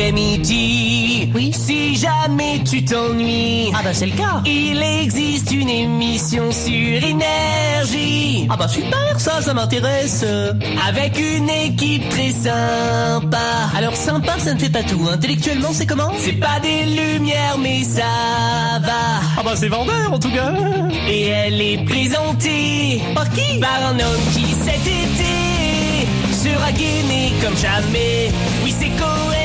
l'après-midi. Oui. Si jamais tu t'ennuies. Ah bah c'est le cas. Il existe une émission sur énergie. Ah bah super ça, ça m'intéresse. Euh, Avec une équipe très sympa. Alors sympa, ça ne fait pas tout. Intellectuellement, c'est comment C'est pas des lumières, mais ça va. Ah bah c'est vendeur en tout cas. Et elle est présentée Par qui par un homme qui cet été sera gainé comme jamais. Oui, c'est Coé.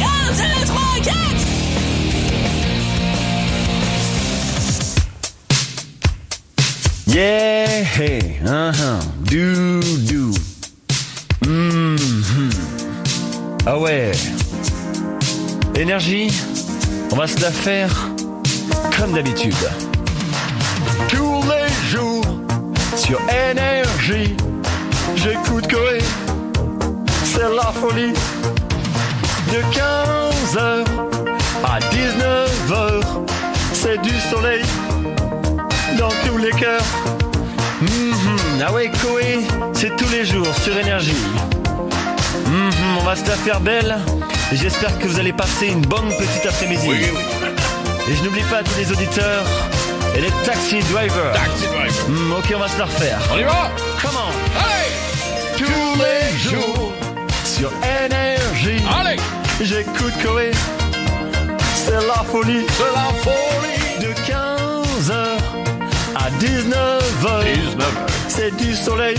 1, 2, 3, 4 Yeah, hey, uh-huh, do, do. Mhm. Ah ouais. Énergie, on va se la faire comme d'habitude. Tous les jours, sur énergie, j'écoute Coé. C'est la folie. De 15h à 19h, c'est du soleil dans tous les cœurs. Mhm. Ah ouais, Koé, c'est tous les jours sur Énergie. Mhm, On va se la faire belle. Et J'espère que vous allez passer une bonne petite après-midi. Et je n'oublie pas tous les auditeurs et les taxi drivers. Taxi driver. Mhm, ok, on va se la refaire. On y va Come on. Allez Tous les jours sur Énergie. Allez J'écoute Koé. C'est la folie. C'est la folie De 15h à 19h. 19 C'est du soleil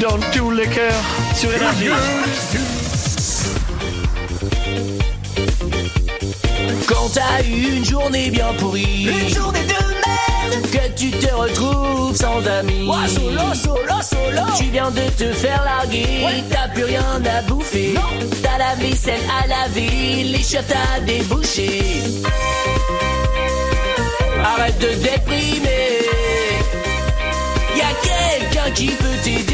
dans tous les cœurs sur énergie. Quand t'as eu une journée bien pourrie, une journée de merde, que tu te retrouves sans amis. solo, solo, solo. Tu viens de te faire larguer, t'as plus rien à bouffer. T'as la vaisselle à laver, les chiottes à déboucher. Arrête de déprimer, y a quelqu'un qui peut t'aider.